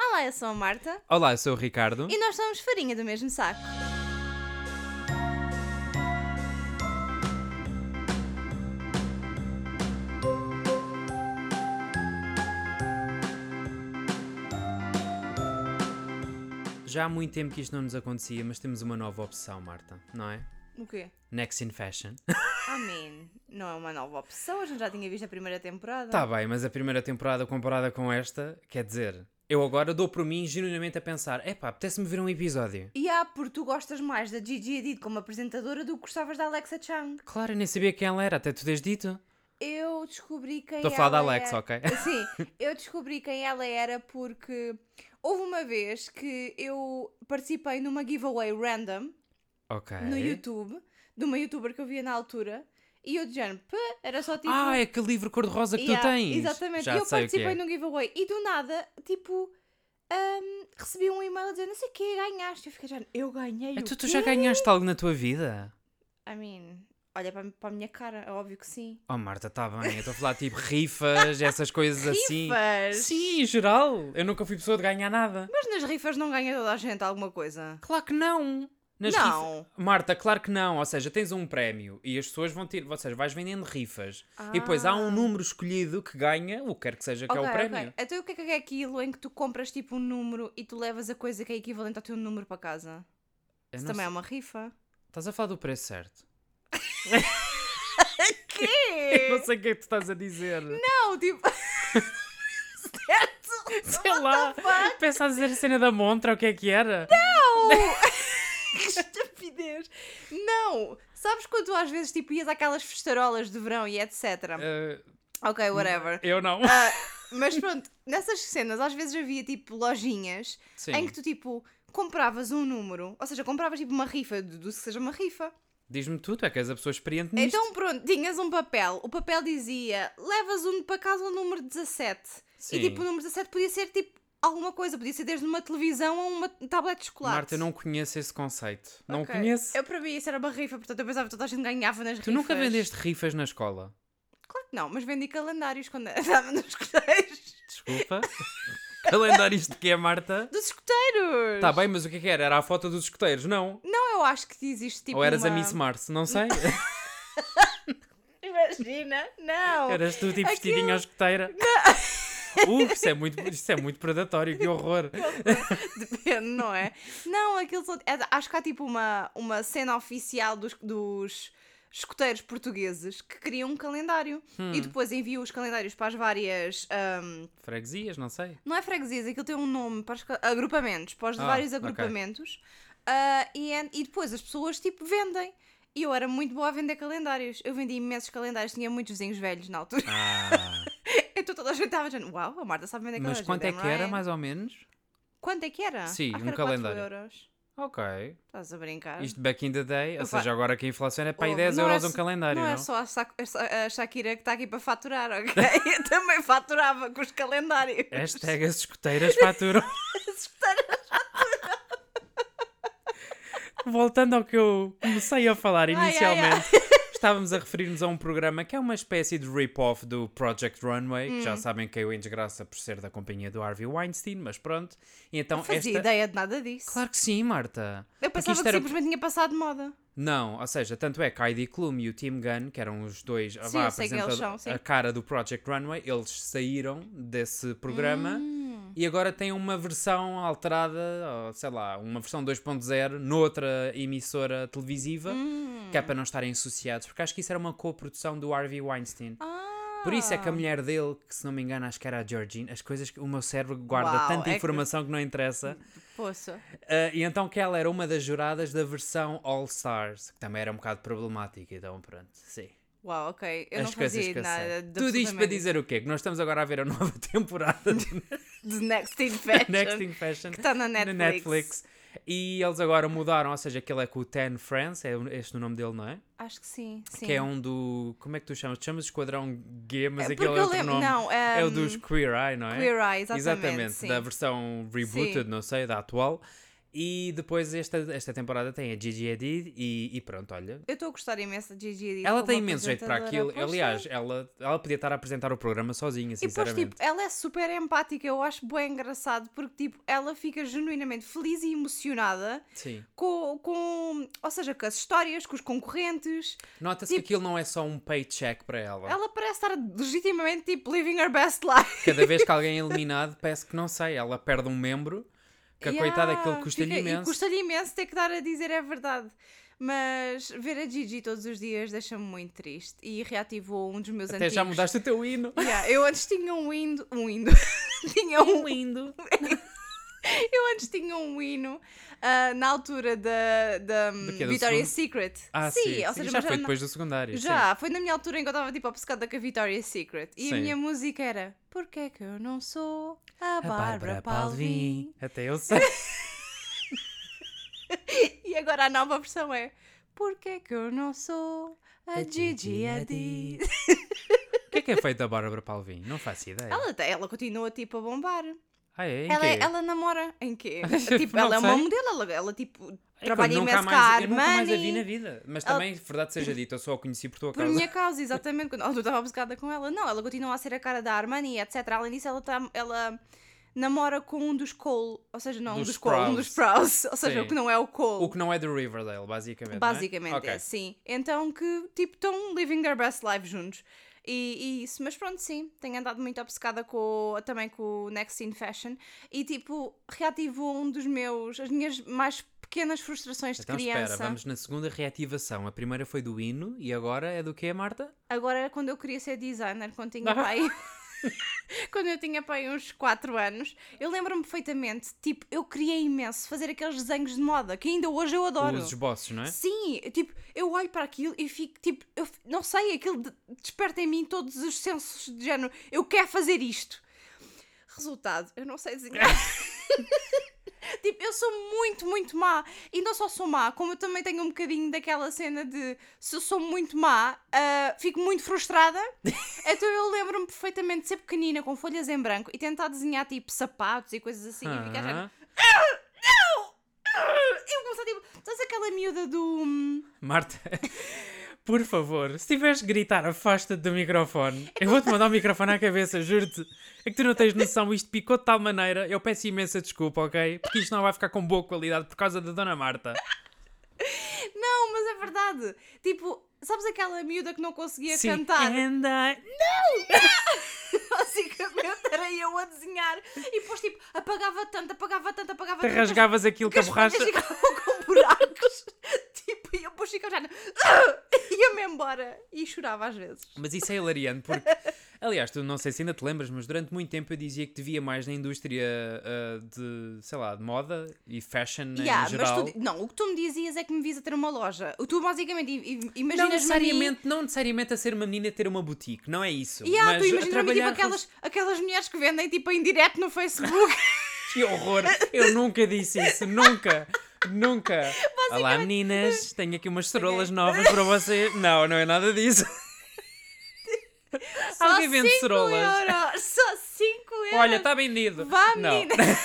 Olá, eu sou a Marta Olá, eu sou o Ricardo. e nós somos farinha do mesmo saco. Já há muito tempo que isto não nos acontecia, mas temos uma nova opção, Marta, não é? O quê? Next in Fashion. Ah. Amém. Não é uma nova opção, a gente já tinha visto a primeira temporada. tá bem, mas a primeira temporada comparada com esta, quer dizer, eu agora dou por mim genuinamente a pensar: epá, apetece-me ver um episódio. E há, porque tu gostas mais da Gigi Hadid como apresentadora do que gostavas da Alexa Chung. Claro, eu nem sabia quem ela era, até tu tens dito. Eu descobri quem Estou ela a é falar da Alexa, era- Eh, ok? Sim, eu descobri quem ela era porque houve uma vez que eu participei numa giveaway random Ok. no YouTube de uma youtuber que eu via na altura e eu de género, "Pã", era só tipo. Ah, é aquele livro cor-de-rosa que Yeah, tu tens. Exatamente, Já e eu sei o que participei é. num giveaway e do nada, tipo, hum, recebi um e-mail dizendo não sei o quê, ganhaste. Eu fiquei já, eu ganhei. o Então quê?" tu já ganhaste algo na tua vida? I mean, olha para, para a minha cara, é óbvio que sim. Oh, Marta, tá bem. Eu estou a falar tipo rifas, essas coisas assim. Rifas! Sim, em geral. Eu nunca fui pessoa de ganhar nada. Mas nas rifas não ganha toda a gente alguma coisa. Claro que não. Nas rifas- não. Marta, claro que não. Ou seja, tens um prémio e as pessoas vão ter. Ou seja, vais vendendo rifas. E depois há um número escolhido que ganha o que quer que seja que é Ah. Ok, o ok. prémio. Então o que é que é aquilo em que tu compras tipo um número e tu levas a coisa que é equivalente ao teu número para casa? Eu Isso não também é sei- uma rifa. Estás a falar do preço certo. Eu Quê? não sei o que é que tu estás a dizer. não, tipo. certo? sei lá. Pensa a dizer a cena da montra, o que é que era? que estupidez! Não! Sabes quando tu às vezes tipo, ias àquelas festarolas de verão e etc. Eh, ok, whatever. eu não. Ah, mas pronto, nessas cenas às vezes havia tipo lojinhas Sim. em que tu tipo compravas um número, ou seja, compravas tipo uma rifa, deduzo que seja uma rifa. Diz-me tu, tu é que és a pessoa experiente nisto. Então pronto, tinhas um papel, o papel dizia levas um para casa o número 17. E Sim. tipo o número 17 podia ser tipo alguma coisa, podia ser desde uma televisão a uma tablet de chocolate. Marta, eu não conheço esse conceito. Não Ok. conheço. Eu para mim isso era uma rifa, portanto eu pensava que toda a gente ganhava nas Tu rifas. nunca vendeste rifas na escola. Claro que não, mas vendi calendários quando andava nos escuteiros. Desculpa. Calendário isto que é, Marta? Dos escuteiros! Tá bem, mas o que é que era? Era a foto dos escoteiros, não? Não, eu acho que existe tipo Ou eras uma... a Miss Mars, não sei. Imagina, não! eras tu tipo vestidinho à escoteira. Uh, isso é, muito, isso é muito predatório, que horror. Depende, não é? Não, aquilo só... é, Acho que há tipo uma, uma cena oficial dos... dos escuteiros portugueses que criam um calendário Hum. e depois enviam os calendários para as várias... ah, ahm, Freguesias, não sei. Não é freguesias, aquilo tem um nome para os ca- agrupamentos, para os Ah, vários ok. agrupamentos. Ah, e, en- e depois as pessoas tipo vendem. E eu era muito boa a vender calendários. Eu vendi imensos calendários, tinha muitos vizinhos velhos na altura. Ah, Então toda a gente estava dizendo: Uau, a Marta sabe vender mas calendários. quanto é que damn era, right." mais ou menos? Quanto é que era? Sim, Acho que um era 4 calendário. euros. Ok. Estás a brincar? Isto back in the day, ou Ah. Opa. seja, agora que a inflação é para aí Oh, 10 não é euros um só- calendário, não, não? é só a, Sa- a Sa- a Shakira que está aqui para faturar, ok? Eu também faturava com os calendários. Hashtag as escoteiras faturam. Voltando ao que eu comecei a falar ai, inicialmente, estávamos a referir-nos a um programa que é uma espécie de rip-off do Project Runway, que já Hum. sabem que caiu em desgraça por ser da companhia do Harvey Weinstein, mas pronto. E então Não fazia esta... ideia de nada disso. Claro que sim, Marta. Eu Porque pensava isto que era- simplesmente tinha passado de moda. Não, ou seja, tanto é que a Heidi Klum e o Tim Gunn, que eram os dois ah, Sim, vá, eu sei quem eles apresentado- são, sim. a cara do Project Runway, eles saíram desse programa Hum. e agora têm uma versão alterada, ou, sei lá, uma versão 2.0 noutra emissora televisiva, Hum. que é para não estarem associados, porque acho que isso era uma co-produção do Harvey Weinstein. Ah. Por isso é que a mulher dele, que se não me engano, acho que era a Georgine, as coisas que o meu cérebro guarda Uau, tanta é que- informação que não interessa. Poça. Uh, e então que ela era uma das juradas da versão All Stars, que também era um bocado problemática, então pronto, sim. Uau, ok. Eu As não coisas fazia que eu nada sei. de Tudo isto para absolutamente dizer o quê? Que nós estamos agora a ver a nova temporada do De Next in Fashion. Next in Fashion Que está na na Netflix. Netflix. E eles agora mudaram, ou seja, aquele é com o Ten France, é este o nome dele, não é? Acho que sim. sim. Que é um do. Como é que tu chamas? Tu chamas de Esquadrão G, mas É porque aquele é eu outro lembro- nome. não, é o um, dos Queer Eye, não é? Queer Eye, exatamente. sim. da versão rebooted, Sim. não sei, da atual. E depois esta, esta temporada tem a Gigi Hadid e, e pronto, olha. Eu estou a gostar imenso da Gigi Hadid. Ela como tem imenso jeito para apresentadora. aquilo. Pois Aliás, tem. ela, ela podia estar a apresentar o programa sozinha, E depois, sinceramente. tipo, ela é super empática, eu acho bem engraçado, porque, tipo, ela fica genuinamente feliz e emocionada Sim. com, com ou seja, com as histórias, com os concorrentes. Nota-se que aquilo não é só um paycheck para ela. tipo Ela parece estar legitimamente, tipo, living her best life. Cada vez que alguém é eliminado, parece que não sei, ela perde um membro, que a coitada Yeah, aquilo custa-lhe fica- e imenso. Custa-lhe imenso ter que dar a dizer é verdade. Mas ver a Gigi todos os dias deixa-me muito triste. E reativou um dos meus Até antigos. já mudaste o teu hino. É Yeah, eu antes tinha um hino. Um hino. tinha um Lindo. Eu antes tinha um hino ah, na altura da, da hum, quê? Do Victoria's Secret. Ah, sim. ou sim, seja, já mas foi na- depois do secundário. sim. já, foi na minha altura em que eu estava tipo obcecada com a Victoria's Secret. E a Sim. minha música era Porquê é que eu não sou a, A Bárbara Palvin. Até eu sei. E agora a nova versão é Porquê é que eu não sou a Gigi Hadid? O que é que é feito da Bárbara Palvin? Não faço ideia. Ela, ela continua tipo a bombar. Ah, é? Em Ela, quê? ela namora em quê? Eu tipo, não ela é uma sei. modelo, ela, ela tipo É que eu trabalha nunca imenso com a mais- Eu nunca mais a vi Armani. na vida. Mas Ela- também, verdade seja dita, eu só a conheci por tua Por causa. minha causa, exatamente. Quando, oh, tu estava obcecada com ela. Não, ela continua a ser a cara da Armani, etc. Além disso, ela, tá, ela namora com um dos Cole. Ou seja, não um Dos dos Cole, um dos Sprouse. Ou seja, Sim. o que não é o Cole. O que não é do Riverdale, basicamente. Basicamente não é? sim. Então que, tipo, estão living their best life juntos. E, e isso, mas pronto, sim, tenho andado muito obcecada com, o- também com o Next in Fashion e tipo, reativou um dos meus, as minhas mais pequenas frustrações Então de criança. espera, vamos na segunda reativação. A primeira foi do hino e agora é do quê, Marta? Agora era quando eu queria ser designer, quando tinha pai. quando eu tinha pai uns 4 anos, eu lembro-me perfeitamente, tipo, eu queria imenso fazer aqueles desenhos de moda que ainda hoje eu adoro. Os esboços, não é? Sim, eu, tipo, eu olho para aquilo e fico, tipo, eu f- não sei, aquilo de- desperta em mim todos os sensos de género, eu quero fazer isto. Resultado, eu não sei desenhar. tipo, eu sou muito, muito má. E não só sou má, como eu também tenho um bocadinho daquela cena de se eu sou muito má, ah, fico muito frustrada. então eu lembro-me perfeitamente de ser pequenina, com folhas em branco, e tentar desenhar, tipo, sapatos e coisas assim, e ficar já... Ah, Eu comecei, tipo, estás aquela miúda do... hum, Marta, por favor, se tiveres de gritar, afasta-te do microfone. Eu vou-te mandar o microfone à cabeça, juro-te. É que tu não tens noção, isto picou de tal maneira. Eu peço imensa desculpa, ok? Porque isto não vai ficar com boa qualidade por causa da Dona Marta. Não, mas é verdade. Tipo, sabes aquela miúda que não conseguia Sim. é. cantar? And I- Basicamente era eu a desenhar. E depois, tipo, apagava tanto, apagava tanto, apagava Te tanto. rasgavas aquilo que com a as folhas borracha. ficavam com buracos. tipo, e eu depois ficava já... na- Ia-me embora. E chorava às vezes. Mas isso é hilariante porque. Aliás, tu não sei se ainda te lembras, mas durante muito tempo eu dizia que devia mais na indústria ah, de, sei lá, de moda e fashion Yeah, em geral. mas tu, não, o que tu me dizias é que me vias a ter uma loja. Tu basicamente i- i- imaginas-me a não mim- necessariamente, não necessariamente a ser uma menina e ter uma boutique, não é isso. Yeah, mas tu a imaginas-me tipo trabalhar- aquelas, aquelas mulheres que vendem tipo em direto no Facebook. Que horror! Eu nunca disse isso, nunca! Nunca! Olá meninas, tenho aqui umas cerolas novas para vocês. Não, não é nada disso. Só Alguém vende cinco cerolas? euros. Só 5 euros. Olha, está vendido! Vá, não. menina.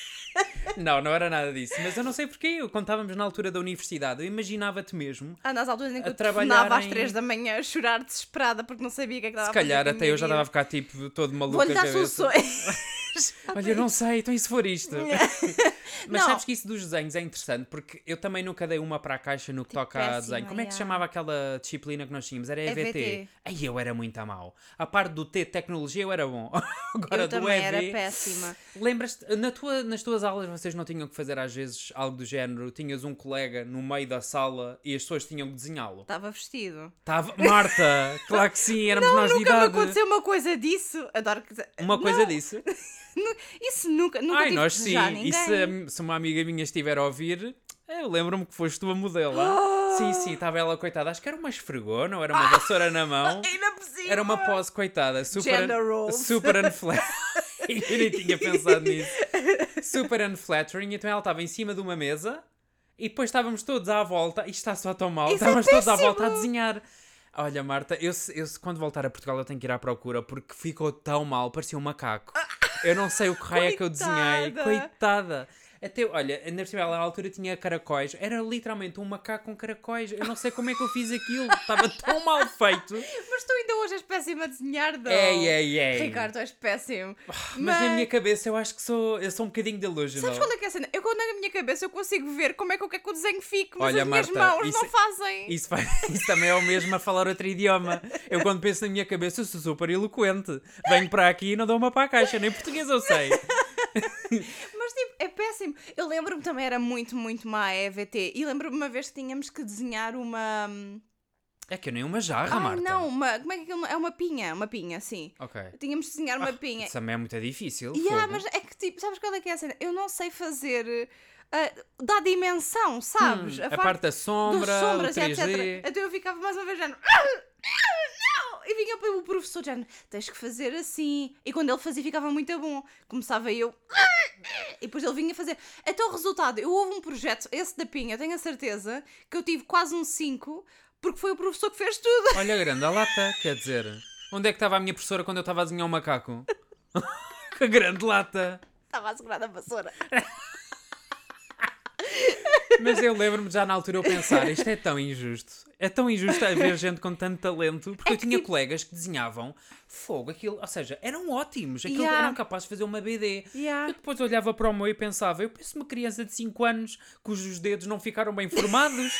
não, não era nada disso. Mas eu não sei porquê, eu contávamos na altura da universidade, eu imaginava-te mesmo. Ah, nas alturas em que A eu trabalhar telefonava às em- 3 da manhã a chorar desesperada porque não sabia o que é que estava Se a fazer calhar com a até minha eu já vida. estava a ficar tipo todo maluco. Vou-lhe a dar cabeça. soluções. Olha, eu não sei, então e se for isto? Tá Mas Não. sabes que isso dos desenhos é interessante porque eu também nunca dei uma para a caixa no que toca a Tipo, péssima, desenho. Como é que se yeah. chamava aquela disciplina que nós tínhamos? Era EVT. EVT. Aí eu era muito a mal. A parte do T, tecnologia, eu era bom. Agora eu do também era EV. péssima. Lembras-te, na tua, nas tuas aulas vocês não tinham que fazer às vezes algo do género? Tinhas um colega no meio da sala e as pessoas tinham que desenhá-lo. Estava vestido. Tava... Marta, claro que sim, éramos nós de Nunca me idade. aconteceu uma coisa disso. Adoro que. Uma coisa disso. Nu- Isso nunca. Nunca Ai, tive nós que sim. é desejar a E ninguém. se, se uma amiga minha estiver a ouvir, eu lembro-me que foste tua modela. ah. Ah. Sim, sim, estava ela coitada. Acho que era uma esfregona ou era uma vassoura na mão. Ainda por cima. Era uma pose coitada, super, Gender roles. super unflattering. Eu nem tinha pensado nisso. Super unflattering. Então ela estava em cima de uma mesa e depois estávamos todos à volta. Isto está só tão mal. Isso é Estávamos todos à péssimo. volta a desenhar. Olha, Marta, eu, se- eu se- quando voltar a Portugal eu tenho que ir à procura porque ficou tão mal, parecia um macaco. Eu não sei o que raio é que eu desenhei. Coitada. Coitada! Até, olha, ainda por cima, ela à altura tinha caracóis. Era literalmente um macaco com caracóis. Eu não sei como é que eu fiz aquilo. Estava tão mal feito. Mas tu ainda hoje és péssimo a desenhar, Dom. Ei, ei, ei. Então, Ricardo, tu és péssimo. é, Ah, Mas, na minha cabeça eu acho que sou, eu sou um bocadinho delusional. Sabes qual é que é a cena? Eu, quando na minha cabeça, eu consigo ver como é que eu quero que o desenho fique, mas Olha, as minhas Marta, mãos isso- é não fazem. Isso, faz- isso também é o mesmo a falar outro idioma. Eu quando penso na minha cabeça eu sou super eloquente. Venho para aqui e não dou uma para a caixa, nem português eu sei. Mas, tipo, é péssimo. Eu lembro-me também, era muito, muito má a EVT. E lembro-me uma vez que tínhamos que desenhar uma... É que eu nem uma jarra, Ah, Marta. não, uma... Como é que aquilo... É uma pinha, uma pinha, sim. Ok. Tínhamos de desenhar uma pinha. Isso também é muito difícil. Yeah, fogo. mas é que tipo, sabes qual é que é a cena? Eu não sei fazer uh, da dimensão, sabes? Hum, a, parte da dos sombra, sombras, o 3D. etc. Então eu ficava mais uma vez já não, e vinha para o professor já tens que fazer assim. E quando ele fazia ficava muito bom. Começava eu "Ah, e depois ele vinha fazer. Até o resultado, eu houve um projeto, esse da Pinha, eu tenho a certeza, que eu tive quase um 5, porque foi o professor que fez tudo. Olha a grande a lata, quer dizer. Onde é que estava a minha professora quando eu estava a desenhar um macaco? que grande lata. Estava a segurar a vassoura. Mas eu lembro-me já na altura eu pensar, isto é tão injusto. É tão injusto haver gente com tanto talento, É porque eu tinha tipo colegas que desenhavam fogo, aquilo, ou seja, eram ótimos, aquilo Yeah. eram capazes de fazer uma BD. Yeah. Eu depois olhava para o meu e pensava, eu penso uma criança de 5 anos cujos dedos não ficaram bem formados.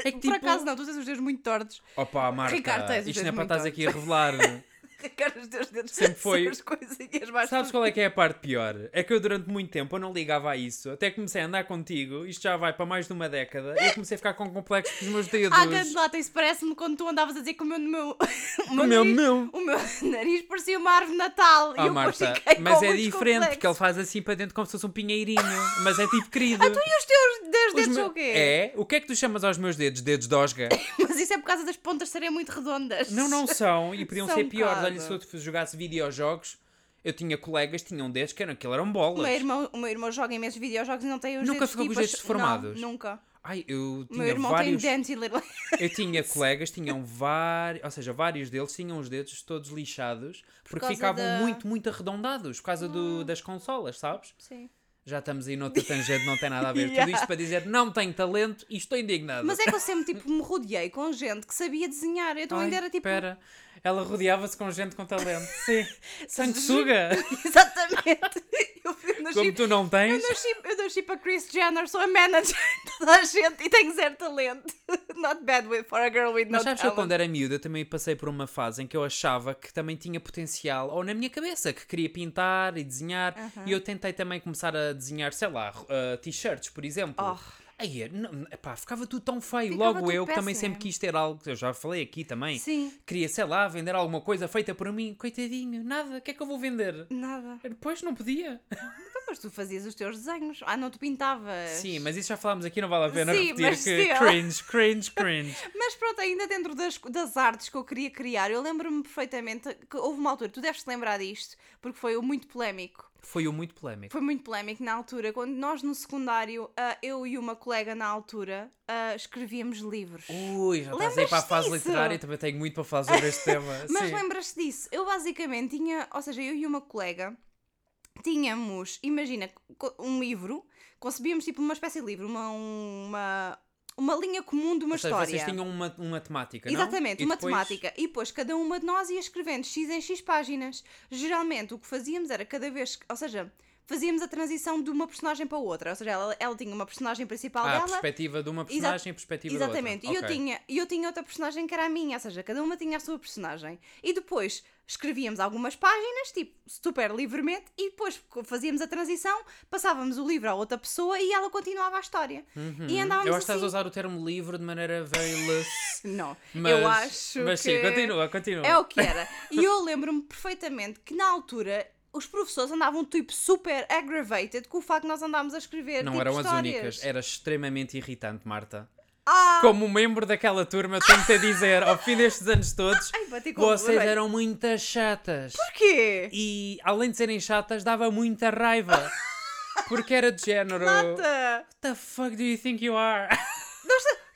É que Por tipo, acaso não, tu tens os dedos muito tortos. opa, Marta, Ricardo, tens os isto não é dedos para estás muito aqui a revelar. Arrancar os teus dedos Sempre foi- são as coisinhas mais Sabes qual é que é a parte pior? É que eu durante muito tempo eu não ligava a isso, até comecei a andar contigo, isto já vai para mais de uma década, eu comecei a ficar com complexo com os meus dedos. Ah, Candelata, isso parece-me quando tu andavas a dizer que o meu, meu, o Como é o meu. o meu nariz parecia uma árvore de natal. e Ah, eu Marta, depois fiquei mas com é muitos diferente complexos. porque ele faz assim para dentro como se fosse um pinheirinho, mas é tipo querido. E os teus dois Os dedos me- são o quê? É? O que é que tu chamas aos meus dedos? Dedos de osga? Mas isso é por causa das pontas serem muito redondas. não, não são e podiam São ser um piores. bocado. Olha, se eu te jogasse videojogos, eu tinha colegas que tinham dedos que eram, aquilo eram bolas. O meu irmão, o meu irmão joga imensos videojogos e não tem os Nunca dedos ficou com os tipo as- dedos deformados? Não, nunca. Ai, eu O meu tinha irmão vários. tem dentes e little... Eu tinha colegas, tinham vários, ou seja, vários deles tinham os dedos todos lixados porque causa ficavam da- Ah. muito, muito arredondados por causa do- das consolas, sabes? Sim. Já estamos aí noutra tangente, não tem nada a ver. Tudo Yeah. isto para dizer não tenho talento e estou indignado. Mas é que eu sempre tipo, me rodeei com gente que sabia desenhar. Então ainda era tipo. Espera, ela rodeava-se com gente com talento. Sim. Sanguessuga! Exatamente. Eu fui no Como chip. tu não Eu tens. nasci, eu nasci para Chris Jenner, sou a manager de toda a gente e tenho zero talento. Not bad with, for a girl with no Mas sabes que eu, talent. quando era miúda, também passei por uma fase em que eu achava que também tinha potencial, ou na minha cabeça, que queria pintar e desenhar. E eu tentei também começar a desenhar, sei lá, ro- ah, t-shirts, por exemplo. Oh. Aí, eh, não- epá, ficava tudo tão feio. Ficava Logo tudo eu, que também péssimo. sempre quis ter algo, eu já falei aqui também. Sim, Queria, sei lá, vender alguma coisa feita por mim. Coitadinho, nada, o que é que eu vou vender? nada. Depois não podia. Então, mas tu fazias os teus desenhos. Ah, não, tu pintavas. Sim, mas isso já falámos aqui, não vale a pena Sim, repetir. mas Que still. cringe, cringe, cringe. Mas pronto, ainda dentro das, das artes que eu queria criar, eu lembro-me perfeitamente que houve uma altura, tu deves-te lembrar disto, porque foi o muito polémico. Foi o muito polémico. Foi muito polémico na altura, quando nós no secundário, ah, eu e uma colega na altura, ah, escrevíamos livros. Ui, já estás aí para a Lembras-te fase disso? literária e também tenho muito para falar sobre este tema. Mas Sim. lembras-te disso? Eu basicamente tinha, ou seja, eu e uma colega tínhamos, imagina, co- um livro, concebíamos tipo uma espécie de livro, uma, uma, uma linha comum de uma Ou seja, história. vocês tinham uma, uma temática, não? Exatamente, E uma depois- temática. E depois cada uma de nós ia escrevendo X em X páginas. Geralmente o que fazíamos era cada vez, que- ou seja, fazíamos a transição de uma personagem para outra. Ou seja, ela, ela tinha uma personagem principal Ah, a dela perspectiva de uma personagem e a perspectiva Exatamente, da outra. e eu, Ok. tinha, e eu tinha outra personagem que era a minha, ou seja, cada uma tinha a sua personagem. E depois escrevíamos algumas páginas, tipo, super livremente, e depois co- fazíamos a transição, passávamos o livro à outra pessoa e ela continuava a história. E andávamos Uhum. Eu acho que estás assim. a usar o termo livre de maneira very less. Não, Mas, eu acho mas que sim, continua, continua. é o que era. E eu lembro-me perfeitamente que na altura os professores andavam tipo super aggravated com o facto de nós andarmos a escrever Não tipo, eram as histórias. únicas, É era extremamente irritante, Marta. Ah, Como um membro daquela turma, tenho-te a dizer, ao fim destes anos todos, Ai, bati com o vocês barulho. eram muitas chatas. porquê? E além de serem chatas, dava muita raiva. Porque era de género. What Nata! the fuck do you think you are?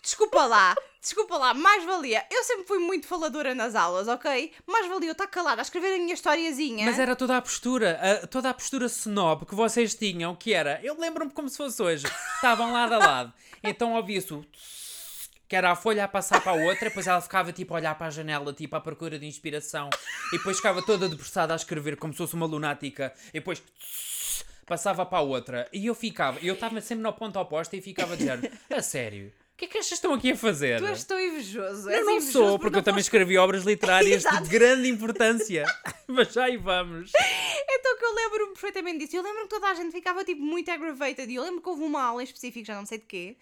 Desculpa lá, Desculpa lá, mais valia. Eu sempre fui muito faladora nas aulas, ok? Mais valia eu estar calada a escrever a minha historiazinha. Mas é era toda a postura, a- toda a postura snob que vocês tinham, que era, eu lembro-me como se fosse hoje, estavam lado a lado, então ouvia-se o tss, que era a folha a passar para a outra, depois ela ficava tipo a olhar para a janela, tipo à procura de inspiração, e depois ficava toda debruçada a escrever como se fosse uma lunática, e depois tss, passava para a outra, e eu ficava, eu estava sempre na ponta oposta e ficava dizendo, a sério, o que é que estas estão aqui a fazer? Tu és tão invejoso. Eu não sou, porque eu também escrevi obras literárias Exato. de grande importância. Mas já aí vamos. Então que eu lembro-me perfeitamente disso. Eu lembro que toda a gente ficava tipo muito aggravated. E eu lembro que houve uma aula em específico, já não sei de quê,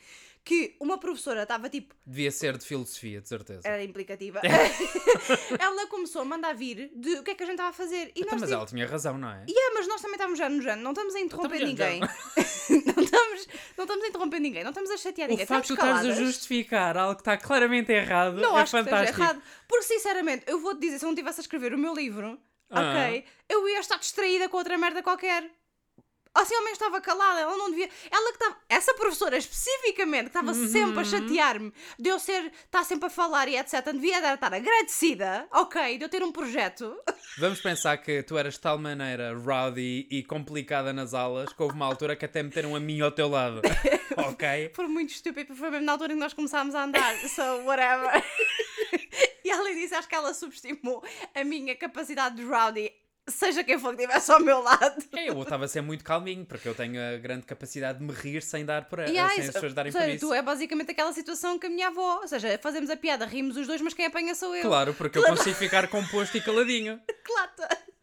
que uma professora estava tipo Devia ser de filosofia, de certeza. Era implicativa. ela começou a mandar vir de o que é que a gente estava a fazer. E É. Então, nós mas tipo, ela tinha razão, não é? yeah, mas nós também estávamos já no jano, não estamos a interromper Estamos já no ninguém. não, estamos, não estamos a interromper ninguém, não estamos a chatear ninguém. O facto de estamos estares a caladas. justificar algo que está claramente errado Não é acho que esteja fantástico. errado. Porque, sinceramente, eu vou-te dizer, se eu não estivesse a escrever o meu livro, Ah. ok, eu ia estar distraída com outra merda qualquer. Assim, ao menos estava calada, ela não devia. Ela que estava. Essa professora especificamente, que estava Uhum. sempre a chatear-me de eu ser. estar sempre a falar e etc. Devia dar- estar agradecida, ok, de eu ter um projeto. Vamos pensar que tu eras de tal maneira rowdy e complicada nas aulas que houve uma altura que até meteram a mim ao teu lado. ok? Foi muito estúpido, porque foi mesmo na altura em que nós começámos a andar, so whatever. e além disso, acho que ela subestimou a minha capacidade de rowdy, seja quem for que estivesse ao meu lado. É, Eu estava a ser muito calminho, porque eu tenho a grande capacidade de me rir sem dar por E há eh, sem as isso. pessoas darem Ou por seja, isso. tu é basicamente aquela situação que a minha avó, ou seja, fazemos a piada, rimos os dois, mas quem apanha sou eu. Claro, porque eu consigo ficar composto e caladinho. Clata.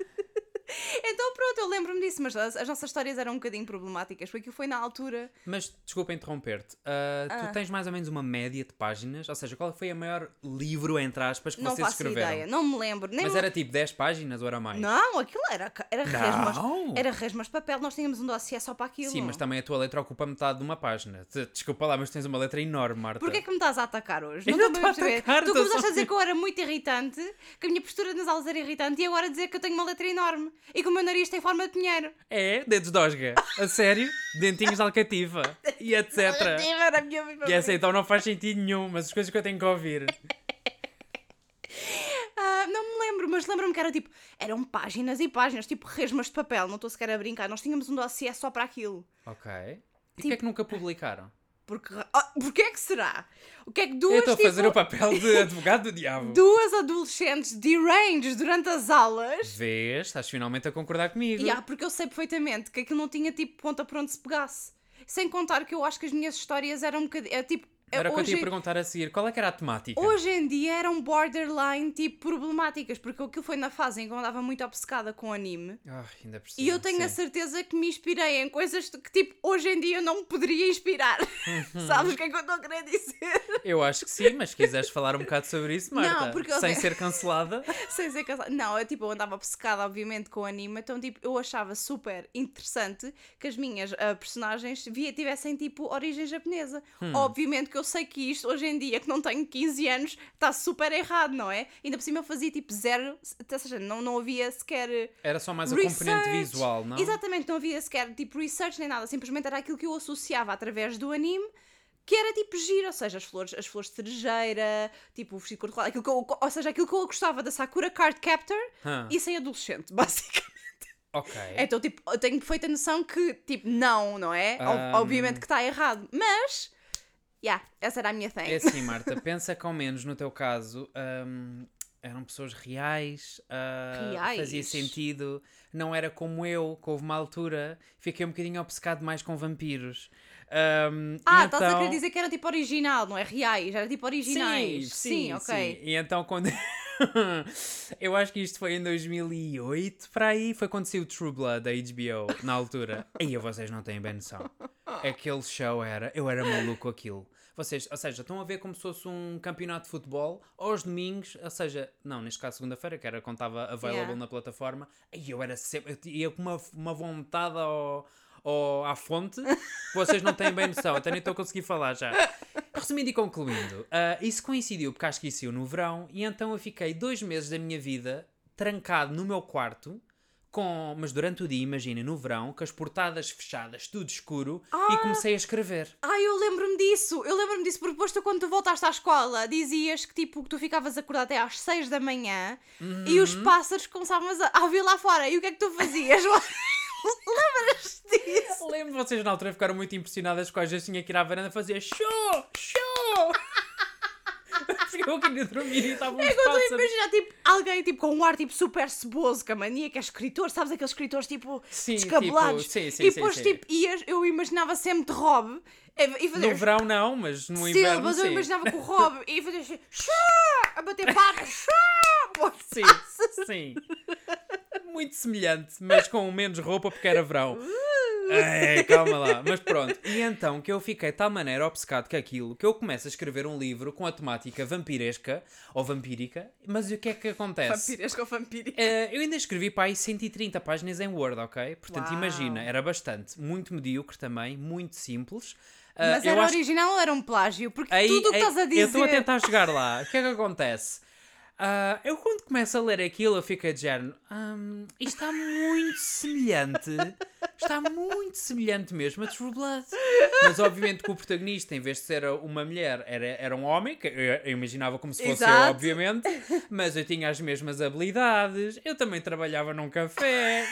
Então pronto, eu lembro-me disso, mas as, as nossas histórias eram um bocadinho problemáticas, porque aquilo foi na altura. Mas desculpa interromper-te. Ah, Tu tens mais ou menos uma média de páginas? Ou seja, qual foi o maior livro, entre aspas, que não vocês faço escreveram? ideia, não me lembro. Nem Mas me- era tipo 10 páginas ou era mais? Não, aquilo era, ca- era resmas. Não. Era resmas de papel, nós tínhamos um dossiê só para aquilo. Sim, mas também a tua letra ocupa metade de uma página. Te- Desculpa lá, mas tens uma letra enorme, Marta. Porquê é que me estás a atacar hoje? Eu estou não bem a estou a perceber. atacar, Tu estou começaste só a a dizer dizer. que eu era muito irritante, que a minha postura nas aulas era irritante e agora a dizer que eu tenho uma letra enorme e que o meu nariz tem forma de dinheiro. É, dedos de osga. A sério? Dentinhos de alcativa. E etc. Era a minha E essa então não faz sentido nenhum, mas as coisas que eu tenho que ouvir. Ah, não me lembro, mas lembro-me que era tipo, eram páginas e páginas, tipo resmas de papel, não estou sequer a brincar. Nós tínhamos um dossiê só para aquilo. Ok. E Tipo, porquê é que nunca publicaram? Porque, ah, porquê é que será? O que é que Eu duas, estou a tipo, fazer o papel de advogado do diabo. duas adolescentes deranged durante as aulas? Vês? Estás finalmente a concordar comigo. E há, porque eu sei perfeitamente que aquilo não tinha tipo ponta para onde se pegasse. Sem contar que eu acho que as minhas histórias eram um bocadinho. É, tipo, é, Era o que eu te ia hoje, perguntar a seguir. Qual é que era a temática? hoje em dia eram borderline tipo problemáticas, porque aquilo foi na fase em que eu andava muito obcecada com anime. Ah, ainda por cima, E eu tenho a sim. certeza que me inspirei em coisas que, tipo, hoje em dia eu não me poderia inspirar. Sabes o que é que eu estou a querer dizer? Eu acho que sim, mas se quiseres falar um bocado sobre isso, Marta, Não, porque eu- sem ser cancelada. Sem ser cansada. Não, eu, tipo, eu andava obcecada, obviamente, com anime, então, tipo, eu achava super interessante que as minhas ah, personagens via, tivessem, tipo, origem japonesa. Obviamente que eu sei que isto, hoje em dia, que não tenho 15 anos, está super errado, não é? Ainda por cima eu fazia, tipo, zero... Ou seja, não, não havia sequer... eh, Era só mais a componente Research. visual, não? Exatamente, não havia sequer tipo research nem nada, simplesmente era aquilo que eu associava através do anime, que era tipo giro, ou seja, as flores, as flores de cerejeira, tipo o vestido cor de aquilo que eu, ou seja, aquilo que eu gostava da Sakura Card Captor Hã, e sem adolescente, basicamente. Ok. Então, tipo, eu tenho perfeita noção que, tipo, não, não é? Ob- Um. Obviamente que está errado, mas, yeah, essa era a minha thing. É assim, Marta, pensa que ao menos no teu caso hum, eram pessoas reais, ah, Reais? fazia sentido, não era como eu, que houve uma altura, fiquei um bocadinho obcecado mais com vampiros. Hum, e Ah, estás a então- querer dizer que era tipo original, não é reais, era tipo originais. ok. E então quando. Eu acho que isto foi em 2008, para aí, foi quando saiu True Blood da HBO, na altura. Aí vocês não têm bem noção. Aquele show era. Eu era maluco aquilo. Vocês, ou seja, estão a ver como se fosse um campeonato de futebol aos domingos, ou seja, não, neste caso segunda-feira, que era quando estava available Yeah. na plataforma, aí eu era sempre, eu ia com uma, uma vontade ao, ao- à fonte, que vocês não têm bem noção, até nem estou a conseguir falar já. Resumindo e concluindo, ah, isso coincidiu porque acho que isso saiu no verão, e então eu fiquei dois meses da minha vida trancado no meu quarto com, mas durante o dia, imagina, no verão, com as portadas fechadas, tudo escuro, e comecei a escrever. Ai, eu lembro-me disso. Eu lembro-me disso porque depois tu, quando tu voltaste à escola, dizias que tipo que tu ficavas acordado até às 6 da manhã e os Uhum. pássaros começavam a, a ouvir lá fora. E o que é que tu fazias? Lembras-te disso? Lembro, vocês na altura ficaram muito impressionadas com as vezes tinha que ir à varanda fazer show, show! Porque eu queria dormir e um estavam É uns que eu estou a pássaros. imaginar tipo, alguém tipo, com um ar tipo, super ceboso, que a mania que é escritor, sabes aqueles escritores tipo Sim, descabelados. tipo, sim, sim, e sim, depois sim. tipo, ias, eu imaginava sempre de Rob e, e fazer No verão não, mas no Sim, inverno mas eu sim. imaginava que o Rob ia fazer assim, "Chá!" a bater patas, "Chá!" Pô, Sim, sim. Muito semelhante, mas com menos roupa porque era verão. Uh. É, calma lá. Mas pronto. E então que eu fiquei de tal maneira obcecado com aquilo que eu começo a escrever um livro com a temática vampiresca ou vampírica. Mas o que é que acontece? Vampiresco ou vampírico. Eh, eu ainda escrevi para aí 130 páginas em Word, ok? Portanto, Uau. imagina, era bastante. Muito medíocre também, muito simples. Eh, Mas eu era acho que- original ou era um plágio? Porque Aí- tudo o que aí- estás a dizer. Eu estou a tentar chegar lá. O que é que acontece? Ah, eu quando começo a ler aquilo, eu fico de género. "Hum, isto está muito semelhante. Está muito semelhante mesmo a True Blood. Mas obviamente que o protagonista, em vez de ser uma mulher, era, era um homem, que eu, eu imaginava como se fosse eu, Exato. obviamente. Mas eu tinha as mesmas habilidades. Eu também trabalhava num café.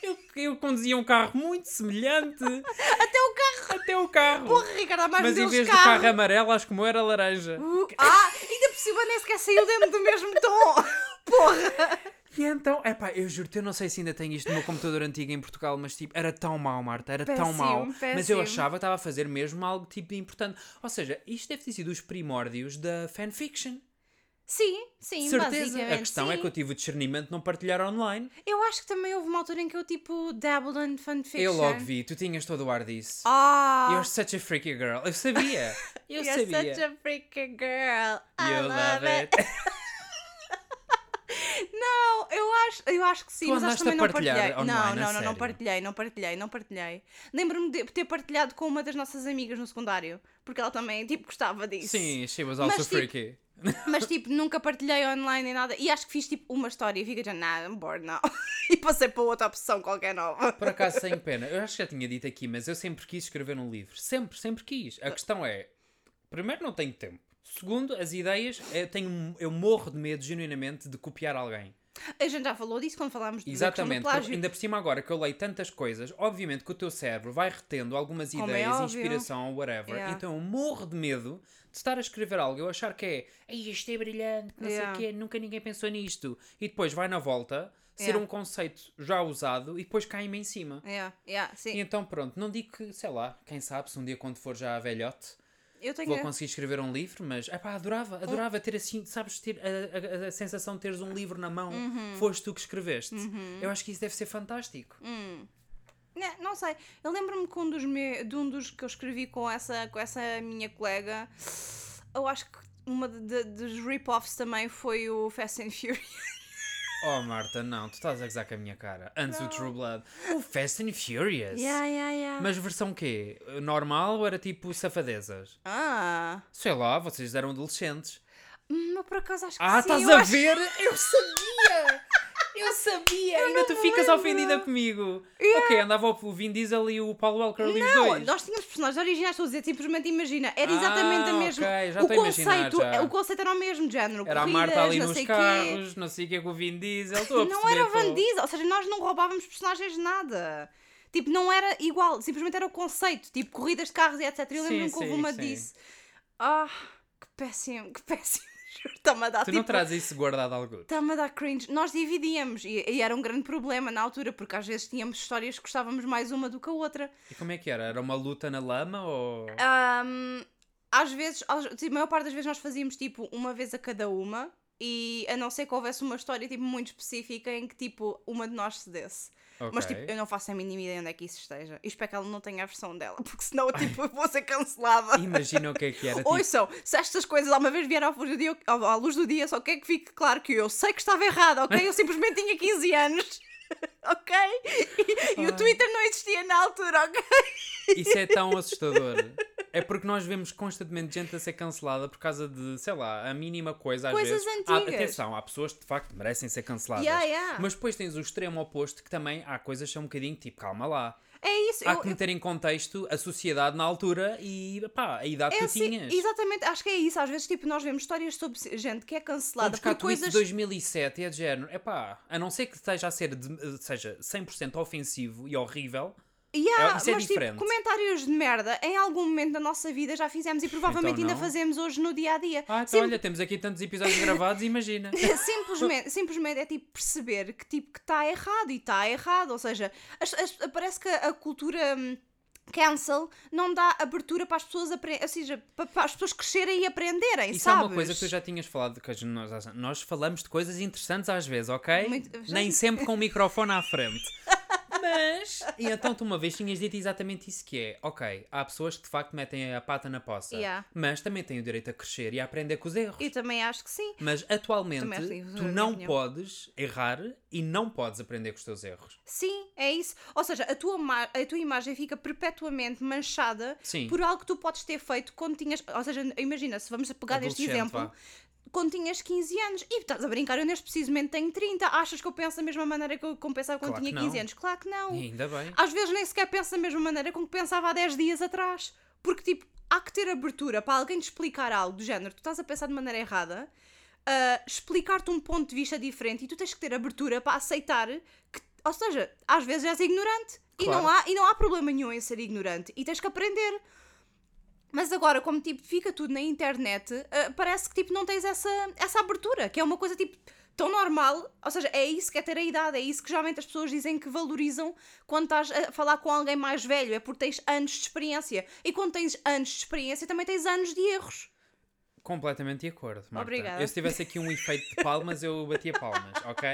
Eu, eu conduzia um carro muito semelhante. Até o carro. Até o carro. Porra, Ricardo, há mais Mas em modelos de vez do carro. carro amarelo, acho que o meu era laranja. Uh, ah, ainda por cima nem sequer saiu dentro do mesmo tom. Porra. E então, epá, eu juro-te, eu não sei se ainda tenho isto no meu computador antigo em Portugal, mas tipo, era tão mau, Marta, era tão Péssimo, mau. Mas eu péssimo. achava que estava a fazer mesmo algo tipo de importante. Ou seja, isto deve ter sido os primórdios da fanfiction. Sim, sim, Certeza. basicamente. A questão é sim. que eu tive o discernimento de não partilhar online. Eu acho que também houve uma altura em que eu tipo dabbled in fanfiction. Eu logo vi, tu tinhas todo o ar disso. Ah! You're such a freaky girl. Eu sabia. Eu You're sabia. such a freaking girl. I You love, it. Não, eu acho, eu acho que sim, Tu mas acho andaste que também a não partilhar partilhei. não, online, a não, não, não sério? partilhei, não partilhei, não partilhei. Lembro-me de ter partilhado com uma das nossas amigas no secundário, porque ela também, tipo, gostava disso. Sim, she was also Mas, tipo, freaky. Mas, tipo, nunca partilhei online nem nada. E acho que fiz, tipo, uma história e fiquei já, nada, bored, não. E passei para outra opção qualquer nova. Por acaso, sem pena. Eu acho que já tinha dito aqui, mas eu sempre quis escrever um livro. Sempre, sempre quis. A questão é: primeiro, não tenho tempo. Segundo, as ideias, eu, tenho, eu morro de medo, genuinamente, de copiar alguém. A gente já falou disso quando falámos de Exatamente. do é plágio. Ainda por cima, agora que eu leio tantas coisas, obviamente que o teu cérebro vai retendo algumas Como é ideias, óbvio. inspiração, whatever. Yeah. Então eu morro de medo de estar a escrever algo, eu achar que é Ei, isto é brilhante, não Yeah. sei o quê, nunca ninguém pensou nisto. E depois vai na volta ser Yeah. um conceito já usado e depois cai-me em cima. Yeah, yeah, E sim. então pronto, não digo que, sei lá, quem sabe se um dia quando for já velhote Eu tenho. vou conseguir escrever um livro, mas epá, adorava, Oh. adorava ter assim, sabes, ter a, a- a sensação de teres um livro na mão, Uhum. foste tu que escreveste. Eu acho que isso deve ser fantástico. Né, Não, sei. Eu lembro-me que um dos me... de um dos que eu escrevi com essa, com essa minha colega, eu acho que uma de- de- dos rip-offs também foi o Fast and Furious. Oh Marta, não, tu estás a gozar com a minha cara. Antes o True Blood. O Fast and Furious. yeah, yeah. Mas versão quê? Normal ou era tipo safadezas? Ah, Sei lá, vocês eram adolescentes. hum, eu por acaso acho que Ah, sim. estás eu a acho- ver? Eu sabia! Eu sabia! Ainda tu me ficas lembro. ofendida comigo. Ok, andava o Vin Diesel e o Paul Walker ali os Não, dois. nós tínhamos personagens originais, estou a dizer, simplesmente imagina. Era exatamente Ah, a mesma. ok, já o, estou a imaginar, conceito, já. o conceito era o mesmo género. Era a corridas, Marta ali não nos sei quê. carros, não sei o que é com o Vin Diesel. Estou a Não perceber, era Van estou- Diesel, ou seja, nós não roubávamos personagens de nada. Tipo, não era igual, simplesmente era o conceito, tipo corridas de carros e etc. Eu Sim, lembro-me que houve sim, uma sim. disso. Ah, que péssimo, que péssimo. Juro, Está-me a dar Tu tipo, não traz isso guardado algo. Está-me a dar cringe. Nós dividíamos e, e era um grande problema na altura, porque às vezes tínhamos histórias que gostávamos mais uma do que a outra. E como é que era? Era uma luta na lama ou. Ah, Ahm, às vezes, às- tipo, a maior parte das vezes nós fazíamos tipo uma vez a cada uma e a não ser que houvesse uma história tipo muito específica em que tipo uma de nós cedesse. Mas Ok. tipo, eu não faço a mínima ideia onde é que isso esteja. E espero que ela não tenha a versão dela, porque senão tipo, eu vou ser cancelada. Imagina o que é que era. Tipo, Ouçam, se estas coisas alguma vez vieram à luz do dia, eu- à luz do dia só quero que fique claro que eu sei que estava errada, ok? Eu simplesmente tinha 15 anos, ok? E, e o Twitter não existia na altura, ok? isso é tão assustador. É porque nós vemos constantemente gente a ser cancelada por causa de, sei lá, a mínima coisa às Coisas vezes. Há- antigas. atenção, há pessoas que de facto merecem ser canceladas. Yeah, yeah. Mas depois tens o extremo oposto que também há coisas que são um bocadinho tipo, calma lá. É isso. Há eu- que meter em contexto a sociedade na altura e pá, a idade É que tu assim, tinhas. exatamente, acho que é isso. Às vezes, tipo, nós vemos histórias sobre gente que é Vou cancelada buscar por tweets coisas. de 2007 e é de género. É pá, a não ser que esteja a ser de- seja 100% ofensivo e horrível, Yeah, É, isso é mas, diferente. tipo, comentários de merda em algum momento da nossa vida já fizemos e provavelmente Então ainda não. fazemos hoje no dia a dia. ah, então olha, temos aqui tantos episódios gravados, imagina. simplesmente, simplesmente é tipo perceber que tipo que está errado e está errado, ou seja, as- as- parece que a cultura hum, cancel não dá abertura para as pessoas aprenderem, ou seja, pa- para, as pessoas crescerem e aprenderem, Isso sabes? é uma coisa que tu já tinhas falado, que nós, nós falamos de coisas interessantes às vezes, ok? Muito- já- Nem sempre com o microfone à frente. Mas, e então tu uma vez tinhas dito exatamente isso que é, ok, há pessoas que de facto metem a pata na poça, Yeah. mas também têm o direito a crescer e a aprender com os erros. Eu também acho que sim. Mas atualmente Também acho isso, tu na não minha opinião. podes errar e não podes aprender com os teus erros. Sim, é isso. Ou seja, a tua, ma- a tua imagem fica perpetuamente manchada Sim. por algo que tu podes ter feito quando tinhas. Ou seja, imagina, se vamos pegar este Adolescente, exemplo, vá. quando tinhas 15 anos e estás a brincar, eu neste preciso momento tenho 30. Achas que eu penso da mesma maneira que eu como pensava quando Claro que tinha 15 não. anos? Claro que não. E ainda bem. Às vezes nem sequer penso da mesma maneira com que pensava há 10 dias atrás. Porque, tipo, há que ter abertura para alguém te explicar algo do género. Tu estás a pensar de maneira errada, a explicar-te um ponto de vista diferente e tu tens que ter abertura para aceitar que, ou seja, às vezes és ignorante. E, não Claro. há, e não há problema nenhum em ser ignorante. E tens que aprender. Mas agora, como tipo, fica tudo na internet, ah, parece que tipo, não tens essa, essa abertura, que é uma coisa tipo tão normal, ou seja, é isso que é ter a idade, é isso que geralmente as pessoas dizem que valorizam quando estás a falar com alguém mais velho, é porque tens anos de experiência. E quando tens anos de experiência, também tens anos de erros. Completamente de acordo, Marta. Obrigada. Eu se tivesse aqui um efeito de palmas, eu batia palmas, ok?